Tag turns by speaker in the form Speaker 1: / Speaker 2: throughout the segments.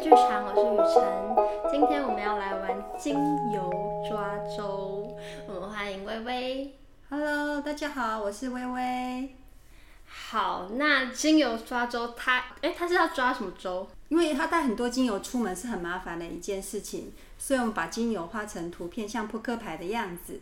Speaker 1: 剧场，我是雨辰。今天我们要来玩精油抓周，我们欢迎微微。
Speaker 2: Hello，大家好，我是微微。
Speaker 1: 好，那精油抓周，它哎，它是要抓什么周？
Speaker 2: 因为他带很多精油出门是很麻烦的一件事情，所以我们把精油画成图片，像扑克牌的样子。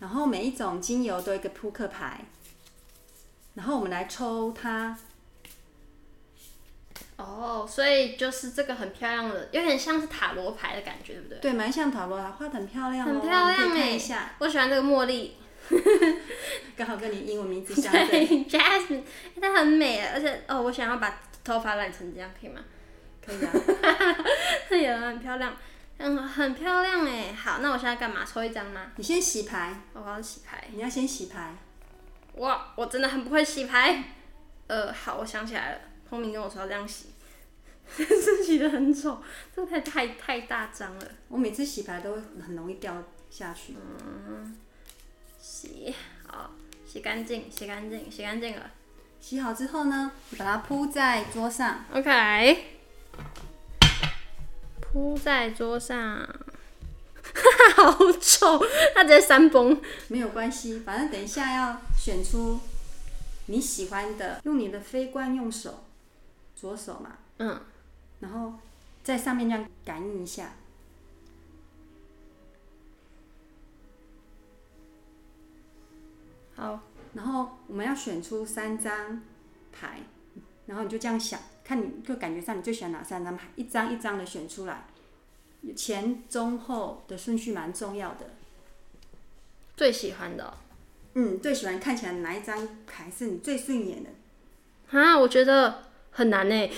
Speaker 2: 然后每一种精油都有一个扑克牌，然后我们来抽它。
Speaker 1: 哦、所以就是这个很漂亮的，有点像是塔罗牌的感觉，对不对？
Speaker 2: 对，蛮像塔罗牌，画的很漂亮哦，
Speaker 1: 很漂
Speaker 2: 你
Speaker 1: 亮
Speaker 2: 可以看
Speaker 1: 哎
Speaker 2: 一下，，
Speaker 1: 我喜欢这个茉莉，
Speaker 2: 刚好跟你英文名字 相对，
Speaker 1: 对哦，Jasmine，诶它很美，而且哦， 我想要把头发染成这样， 可以吗？
Speaker 2: 可以啊。
Speaker 1: 对呀，很漂亮，嗯，很漂亮哎。好，那我现在干嘛？抽一张吗？
Speaker 2: 你先洗牌，
Speaker 1: 我要洗牌。
Speaker 2: 你要先洗牌。
Speaker 1: 哇，我真的很不会洗牌。呃，好，我想起来了，彭明跟我说要这样洗， 但是洗的很丑，这太太太大张了。
Speaker 2: 我每次洗牌都很容易掉下去。
Speaker 1: 洗，好，洗干净，洗干净，洗干净了。
Speaker 2: 洗好之后呢，你把它铺在桌上，
Speaker 1: OK，铺在桌上。 好丑，它直接三崩。
Speaker 2: 没有关系，反正等一下要选出你喜欢的，用你的非惯用手，左手嘛，
Speaker 1: 嗯，
Speaker 2: 然后在上面这样感应一下。
Speaker 1: 好，
Speaker 2: 然后我们要选出三张牌，然后你就这样想，看你就感觉上你最喜欢哪三张牌，一张一张的选出来，前中后的顺序蛮重要的。
Speaker 1: 最喜欢的哦、
Speaker 2: 嗯，最喜欢看起来哪一张牌是你最顺眼的？
Speaker 1: 啊，我觉得很难呢，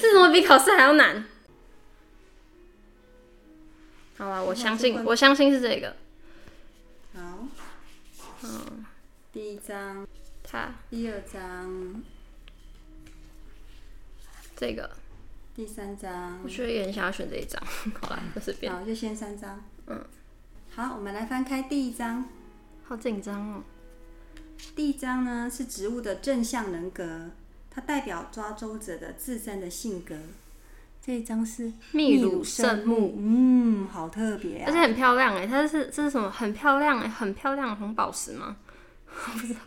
Speaker 1: 这怎么比考试还要难？好了，我相信，我相信是这个。
Speaker 2: 好，嗯，第一张，
Speaker 1: 它
Speaker 2: 第二张，
Speaker 1: 这个，
Speaker 2: 第三张
Speaker 1: 我，觉得也很想要选这一张。 好了，就随便。
Speaker 2: 好，就先三张。嗯，好，我们来翻开第一张。
Speaker 1: 好紧张哦。
Speaker 2: 第一张呢是植物的正向人格，它代表抓周者的自身的性格。这一张是
Speaker 1: 秘鲁圣木，
Speaker 2: 嗯，好特别
Speaker 1: 而
Speaker 2: 啊！
Speaker 1: 且很漂亮哎，它是这是什么？很漂亮哎，很漂亮的红宝石吗？我不知道。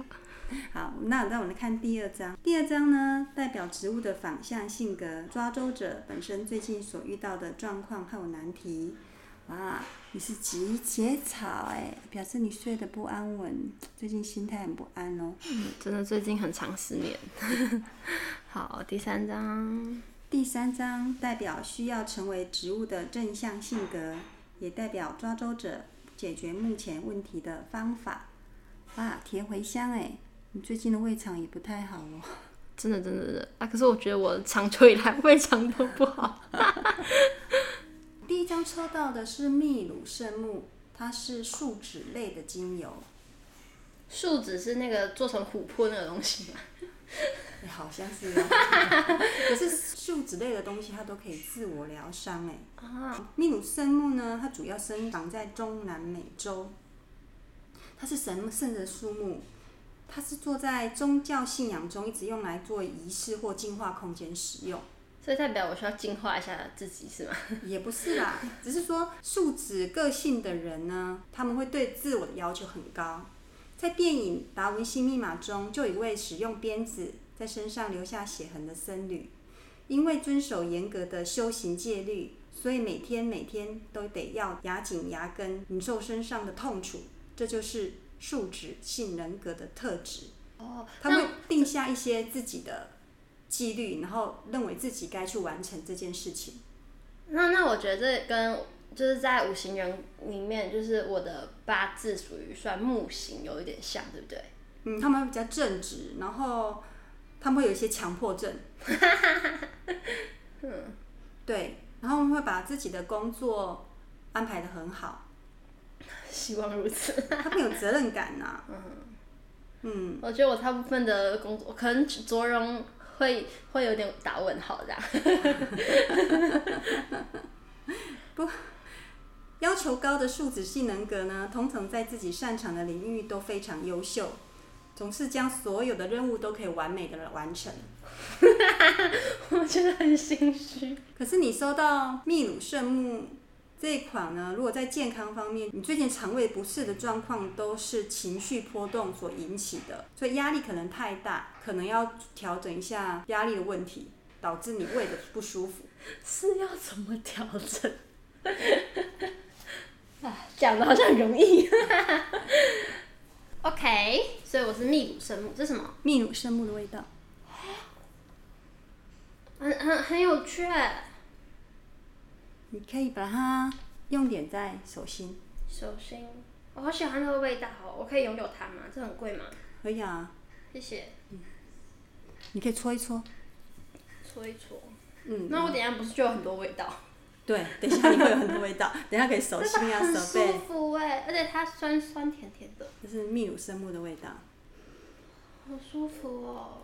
Speaker 2: 好，那让我们看第二张。第二张呢，代表植物的反向性格，抓周者本身最近所遇到的状况还有难题。哇，你是集结草哎，表示你睡得不安稳，最近心态很不安哦。
Speaker 1: 嗯真的最近很常失眠。 好，第三张，
Speaker 2: 第三章代表需要成为植物的正向性格，也代表抓周者解决目前问题的方法。哇，铁茴香哎，你最近的胃肠也不太好哦。
Speaker 1: 真的真的真的啊！可是我觉得我长久以来胃肠都不好。
Speaker 2: 第一张抽到的是秘鲁圣木，它是树脂类的精油，
Speaker 1: 树脂是那个做成琥珀那个东西嘛？
Speaker 2: 哎，好像是哦。 可是树脂类的东西它都可以自我疗伤哎。啊，秘鲁圣木呢，它主要生长在中南美洲，它是神圣的树木，它是坐在宗教信仰中一直用来做仪式或净化空间使用。
Speaker 1: 所以代表我需要净化一下自己是吗？
Speaker 2: 也不是啦，只是说素质个性的人呢，他们会对自我的要求很高。在电影《达文西密码》中，就有一位使用鞭子在身上留下血痕的僧侣，因为遵守严格的修行戒律，所以每天每天都得要牙紧牙根忍受身上的痛楚，这就是素质性人格的特质。
Speaker 1: 哦，
Speaker 2: 他们会定下一些自己的纪律，然后认为自己该去完成这件事情。
Speaker 1: 那那我觉得这跟就是在五行人里面，就是我的八字属于算木型，有一点像，对不对？
Speaker 2: 嗯，他们比较正直，然后他们会有一些强迫症。对，然后他们会把自己的工作安排的很好，
Speaker 1: 希望如此。
Speaker 2: 他们有责任感呐、啊嗯
Speaker 1: 我觉得我大部分的工作可能着容会会有点打问号啊这样。
Speaker 2: 要求高的素质性人格呢，通常在自己擅长的领域都非常优秀，总是将所有的任务都可以完美的完成。
Speaker 1: 我觉得很心虚。
Speaker 2: 可是你收到秘鲁圣木这一款呢，如果在健康方面，你最近肠胃不适的状况都是情绪波动所引起的，所以压力可能太大，可能要调整一下压力的问题，导致你胃的不舒服。
Speaker 1: 是要怎么调整？ 啊，讲的好像很容易。OK，所以我是秘鲁圣木，这是什么？
Speaker 2: 秘鲁圣木的味道，
Speaker 1: 很很很有趣欸，
Speaker 2: 你可以把它用点在手心。
Speaker 1: 手心，我好喜欢那个味道哦，我可以拥有它吗？这很贵吗？
Speaker 2: 可以啊，
Speaker 1: 谢谢，
Speaker 2: 你可以搓一搓。
Speaker 1: 搓一搓。
Speaker 2: 嗯，
Speaker 1: 那我等一下不是就有很多味道？
Speaker 2: 对，等一下你会有很多味道，等一下可以手心 啊、
Speaker 1: 很
Speaker 2: 手背
Speaker 1: 舒，服哎，而且它酸酸甜甜的，
Speaker 2: 这是秘鲁圣木的味道。
Speaker 1: 好舒服哦。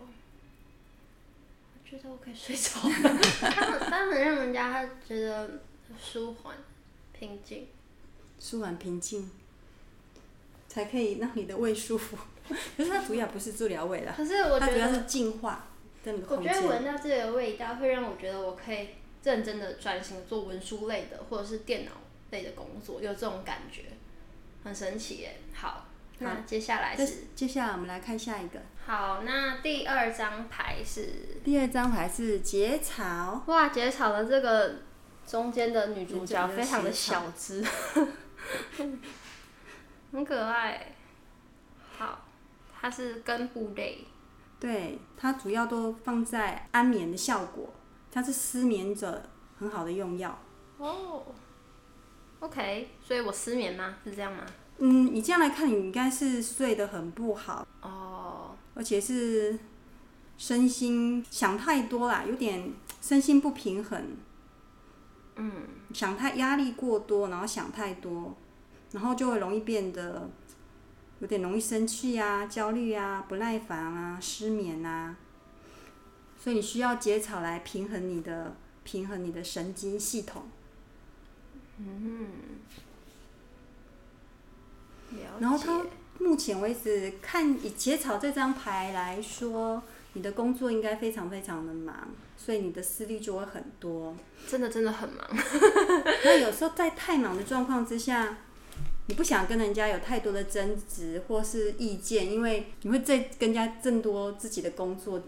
Speaker 1: 我觉得我可以睡着 了，它很它很让人家觉得舒缓、平静。
Speaker 2: 舒缓平静，才可以让你的胃舒服。 可是它主要不是治疗胃啦，
Speaker 1: 可是我
Speaker 2: 它
Speaker 1: 啊觉
Speaker 2: 主要
Speaker 1: 得，
Speaker 2: 是净化这个
Speaker 1: 我
Speaker 2: 空
Speaker 1: 觉得
Speaker 2: 间。
Speaker 1: 闻到这个味道会让我觉得我可以认真的专心做文书类的或者是电脑类的工作，有这种感觉，很神奇耶。好，那接下来
Speaker 2: 但
Speaker 1: 是
Speaker 2: 是接下来我们来看下一个，
Speaker 1: 好，那第二张牌是
Speaker 2: 第二张牌是结草，
Speaker 1: 哇，杰草的这个中间的女主角
Speaker 2: 女主角
Speaker 1: 非常的
Speaker 2: 是草
Speaker 1: 小只，很可爱。好，它是根部类，
Speaker 2: 对，它主要都放在安眠的效果，它是失眠者很好的用药。
Speaker 1: 哦，OK，所以我失眠吗？是这样吗？
Speaker 2: 嗯，你这样来看，你应该是睡得很不好，
Speaker 1: 哦，
Speaker 2: 而且是身心想太多啦，有点身心不平衡。
Speaker 1: 嗯，
Speaker 2: 想太压力过多，然后想太多，然后就会容易变得有点容易生气啊、焦虑啊、不耐烦啊、失眠啊。所以你需要结草来平衡你的平衡你的神经系统。
Speaker 1: 了解。
Speaker 2: 然后它目前为止，看以结草这张牌来说，你的工作应该非常非常的忙，所以你的思虑就会很多。
Speaker 1: 真的真的很忙，
Speaker 2: 那有时候在太忙的状况之下，你不想跟人家有太多的争执或是意见，因为你会再更加更多自己的工作，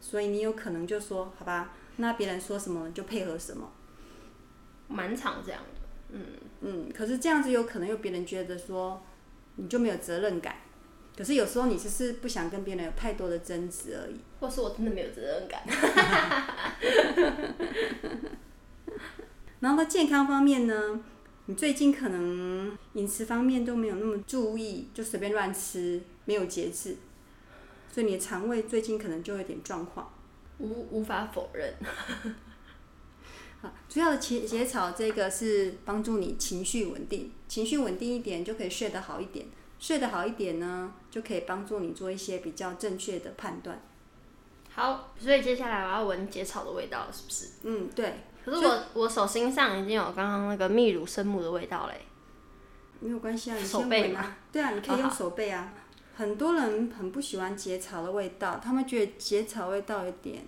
Speaker 2: 所以你有可能就说好吧，那别人说什么就配合什么。
Speaker 1: 蛮常这样的。
Speaker 2: 嗯，可是这样子有可能有别人觉得说你就没有责任感。可是有时候你只是不想跟别人有太多的争执而已。
Speaker 1: 或是我真的没有责任感。
Speaker 2: 然后到健康方面呢，你最近可能饮食方面都没有那么注意，就随便乱吃，没有节制，所以你的肠胃最近可能就有点状况。
Speaker 1: 无无法否认，
Speaker 2: 啊，主要的节节草这个是帮助你情绪稳定，情绪稳定一点就可以睡得好一点，睡得好一点呢，就可以帮助你做一些比较正确的判断。
Speaker 1: 好，所以接下来我要闻节草的味道了，是不是？
Speaker 2: 嗯，对，
Speaker 1: 可是我我手心上已经有刚刚那个秘鲁生木的味道嘞。
Speaker 2: 没有关系啊，你
Speaker 1: 手
Speaker 2: 先
Speaker 1: 背
Speaker 2: 闻啊。对啊，你可以
Speaker 1: 哦
Speaker 2: 用手背啊。很多人很不喜欢结草的味道，他们觉得结草味道有点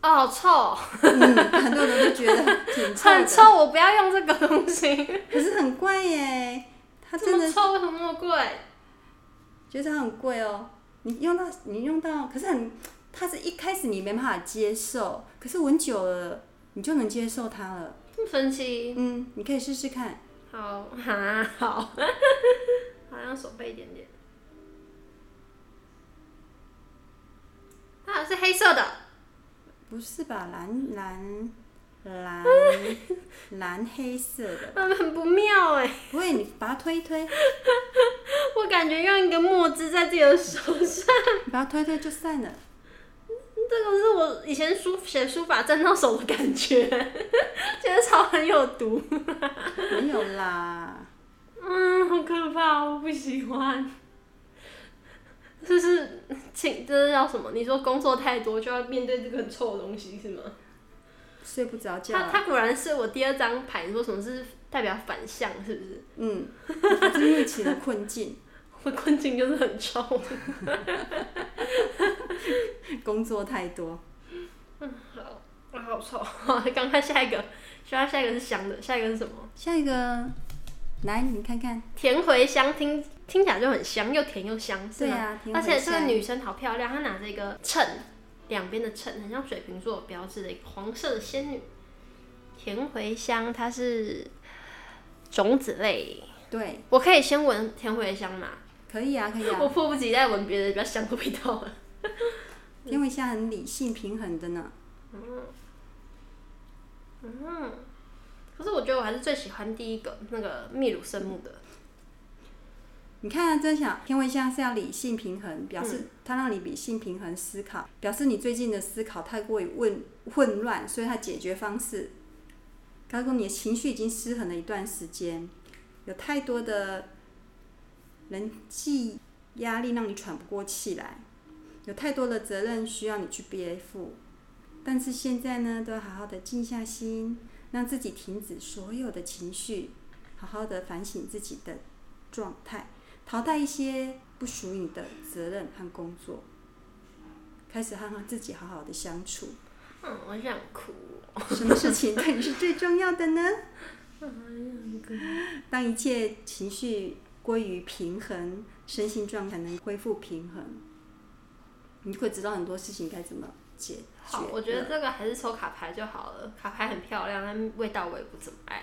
Speaker 1: 哦，好臭，
Speaker 2: 嗯，很多人都觉得挺臭
Speaker 1: 很
Speaker 2: 的，
Speaker 1: 臭，我不要用这个东西。
Speaker 2: 可是很贵耶，它
Speaker 1: 这
Speaker 2: 真
Speaker 1: 么
Speaker 2: 的
Speaker 1: 臭，为什么那么贵？
Speaker 2: 觉得它很贵哦。你用到你用到，可是很，它是一开始你没办法接受，可是闻久了你就能接受它了。
Speaker 1: 这么神奇。
Speaker 2: 嗯，你可以试试看，
Speaker 1: 好哈，好， 好像手背一点点。啊，是黑色的，
Speaker 2: 不是吧？蓝蓝蓝 蓝黑色的，
Speaker 1: 啊很不妙哎、
Speaker 2: 不会，你把它推一推，
Speaker 1: 我感觉用一个墨汁在自己的手上，
Speaker 2: 你把它推一推就散了。
Speaker 1: 这个是我以前书写书法沾到手的感觉， 觉得草很有毒。
Speaker 2: 没有啦，
Speaker 1: 嗯，好可怕，我不喜欢。就是请，这是叫什么？你说工作太多就要面对这个很臭的东西是吗？
Speaker 2: 睡不着觉
Speaker 1: 它
Speaker 2: 啊。
Speaker 1: 它果然是我第二张牌，你说什么是代表反向是不是？
Speaker 2: 嗯，这是目前的困境。
Speaker 1: 我困境就是很臭。
Speaker 2: 工作太多。
Speaker 1: 好，啊好臭。 好，赶快下一个，希望下一个是香的，下一个是什么？
Speaker 2: 下一个，来你看看，
Speaker 1: 甜茴香听听起来就很香，又甜又香，是
Speaker 2: 对
Speaker 1: 吗？
Speaker 2: 啊，甜
Speaker 1: 而且这个
Speaker 2: 茴香
Speaker 1: 女生好漂亮，她拿着一个秤，两边的秤很像水瓶座标志的一个黄色的仙女。甜茴香它是种子类，
Speaker 2: 对，
Speaker 1: 我可以先闻甜茴香嘛？
Speaker 2: 可以啊，可以啊。
Speaker 1: 我迫不及待闻别的比较香的味道了。
Speaker 2: 甜茴香很理性平衡的呢。
Speaker 1: 嗯可是我觉得我还是最喜欢第一个那个秘鲁圣木的，
Speaker 2: 你看、啊，真想甜茴香是要理性平衡，表示它让你理性平衡思考，表示你最近的思考太过于混混乱，所以它解决方式，告诉你的情绪已经失衡了一段时间，有太多的人际压力让你喘不过气来，有太多的责任需要你去背负。但是现在呢，都要好好的静下心，让自己停止所有的情绪，好好的反省自己的状态。淘汰一些不属于你的责任和工作，开始和自己好好的相处。
Speaker 1: 嗯，我想哭。
Speaker 2: 什么事情对你是最重要的呢？当一切情绪归于平衡，身心状态能恢复平衡，你会知道很多事情该怎么解决。
Speaker 1: 好，我觉得这个还是抽卡牌就好了。卡牌很漂亮，但味道我也不怎么爱。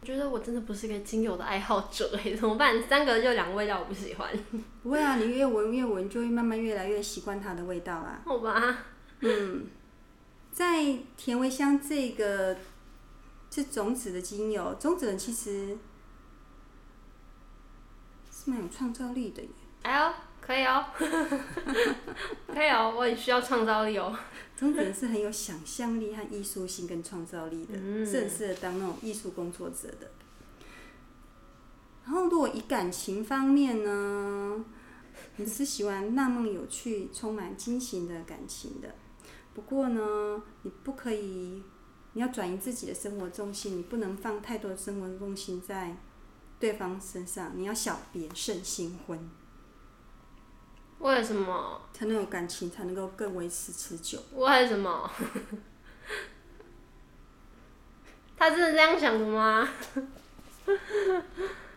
Speaker 1: 我觉得我真的不是一个精油的爱好者哎、怎么办？三个就两个味道我不喜欢，
Speaker 2: 不会啊，你越闻越闻，就会慢慢越来越习惯它的味道啊。
Speaker 1: 好吧？
Speaker 2: 在甜茴香这个是种子的精油，种子人其实是蛮有创造力的耶。
Speaker 1: 哎呦，可以哦， 可以哦，我很需要创造力哦。
Speaker 2: 种子人是很有想象力和艺术性跟创造力的，
Speaker 1: 嗯
Speaker 2: 是很适合当那种艺术工作者的。然后，如果以感情方面呢，你是喜欢浪漫、有趣、充满惊喜的感情的。不过呢，你不可以，你要转移自己的生活重心，你不能放太多的生活重心在对方身上，你要小别胜新婚，
Speaker 1: 为什么？
Speaker 2: 才能有感情，才能够更维持持久。
Speaker 1: 为什么？他真的这样想的吗？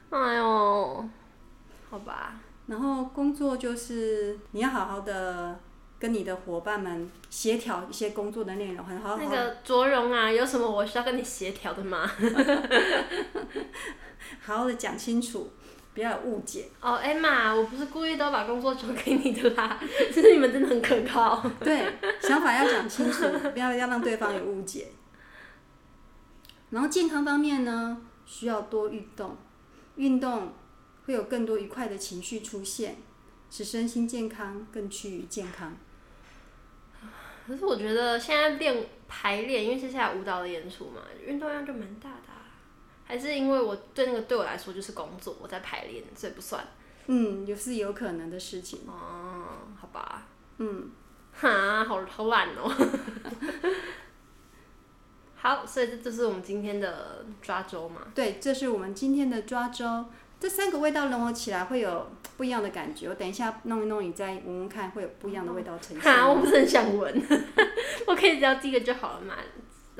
Speaker 1: 哎呦，好吧，
Speaker 2: 然后工作就是你要好好的跟你的伙伴们协调一些工作的内容，很好好、
Speaker 1: 那个卓荣啊，有什么我需要跟你协调的吗？
Speaker 2: 好好的讲清楚，不要有误 解。
Speaker 1: 哦，艾玛，我不是故意都把工作交给你的啦， 就是你们真的很可靠。
Speaker 2: 对，想法要讲清楚，不要要让对方有误解。然后健康方面呢，需要多运动，运动会有更多愉快的情绪出现，使身心健康更趋于健康。
Speaker 1: 可是我觉得现在练排练，因为接下来舞蹈的演出嘛，运动量就蛮大的、啊。还是因为我对那个对我来说就是工作，我在排练，所以不算。
Speaker 2: 嗯，也是有可能的事情。
Speaker 1: 哦，好吧，
Speaker 2: 嗯，
Speaker 1: 哈，好好懒哦。 好，所以这就是我们今天的抓周嘛。
Speaker 2: 对，这是我们今天的抓周。这三个味道融合起来会有不一样的感觉。我等一下弄一弄，你再闻闻看，会有不一样的味道呈现。
Speaker 1: 哈，我不是很想闻， 我可以只要第一个就好了嘛。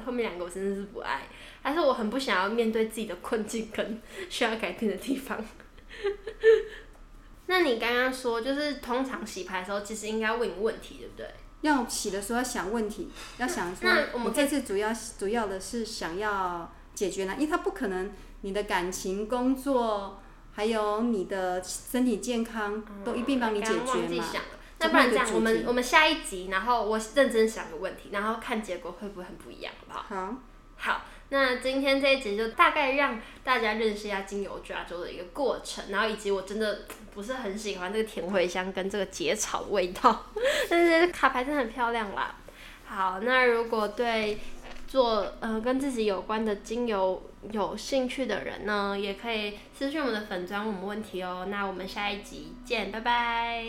Speaker 1: 后面两个我真的是不爱，但是我很不想要面对自己的困境跟需要改变的地方。 那你刚刚说，就是通常洗牌的时候，其实应该问一个问题，对不对？
Speaker 2: 要洗的时候要想问题，要想说
Speaker 1: 那我们
Speaker 2: 你这次主要主要的是想要解决哪？因为它不可能你的感情、工作，还有你的身体健康都一并帮你解
Speaker 1: 嗯刚忘
Speaker 2: 决
Speaker 1: 记
Speaker 2: 嘛。
Speaker 1: 想了。那
Speaker 2: 总
Speaker 1: 不然
Speaker 2: 共
Speaker 1: 这
Speaker 2: 有
Speaker 1: 样，
Speaker 2: 主
Speaker 1: 我们
Speaker 2: 题
Speaker 1: 我们下一集，然后我认真想个问题，然后看结果会不会很不一样，好不好？
Speaker 2: 好，
Speaker 1: 好，那今天这一集就大概让大家认识一下精油抓周的一个过程，然后以及我真的不是很喜欢这个甜茴香跟这个结草的味道， 但是卡牌真的很漂亮啦。好，那如果对做呃跟自己有关的精油有兴趣的人呢，也可以私讯我们的粉砖问我们问题哦。那我们下一集见，拜拜。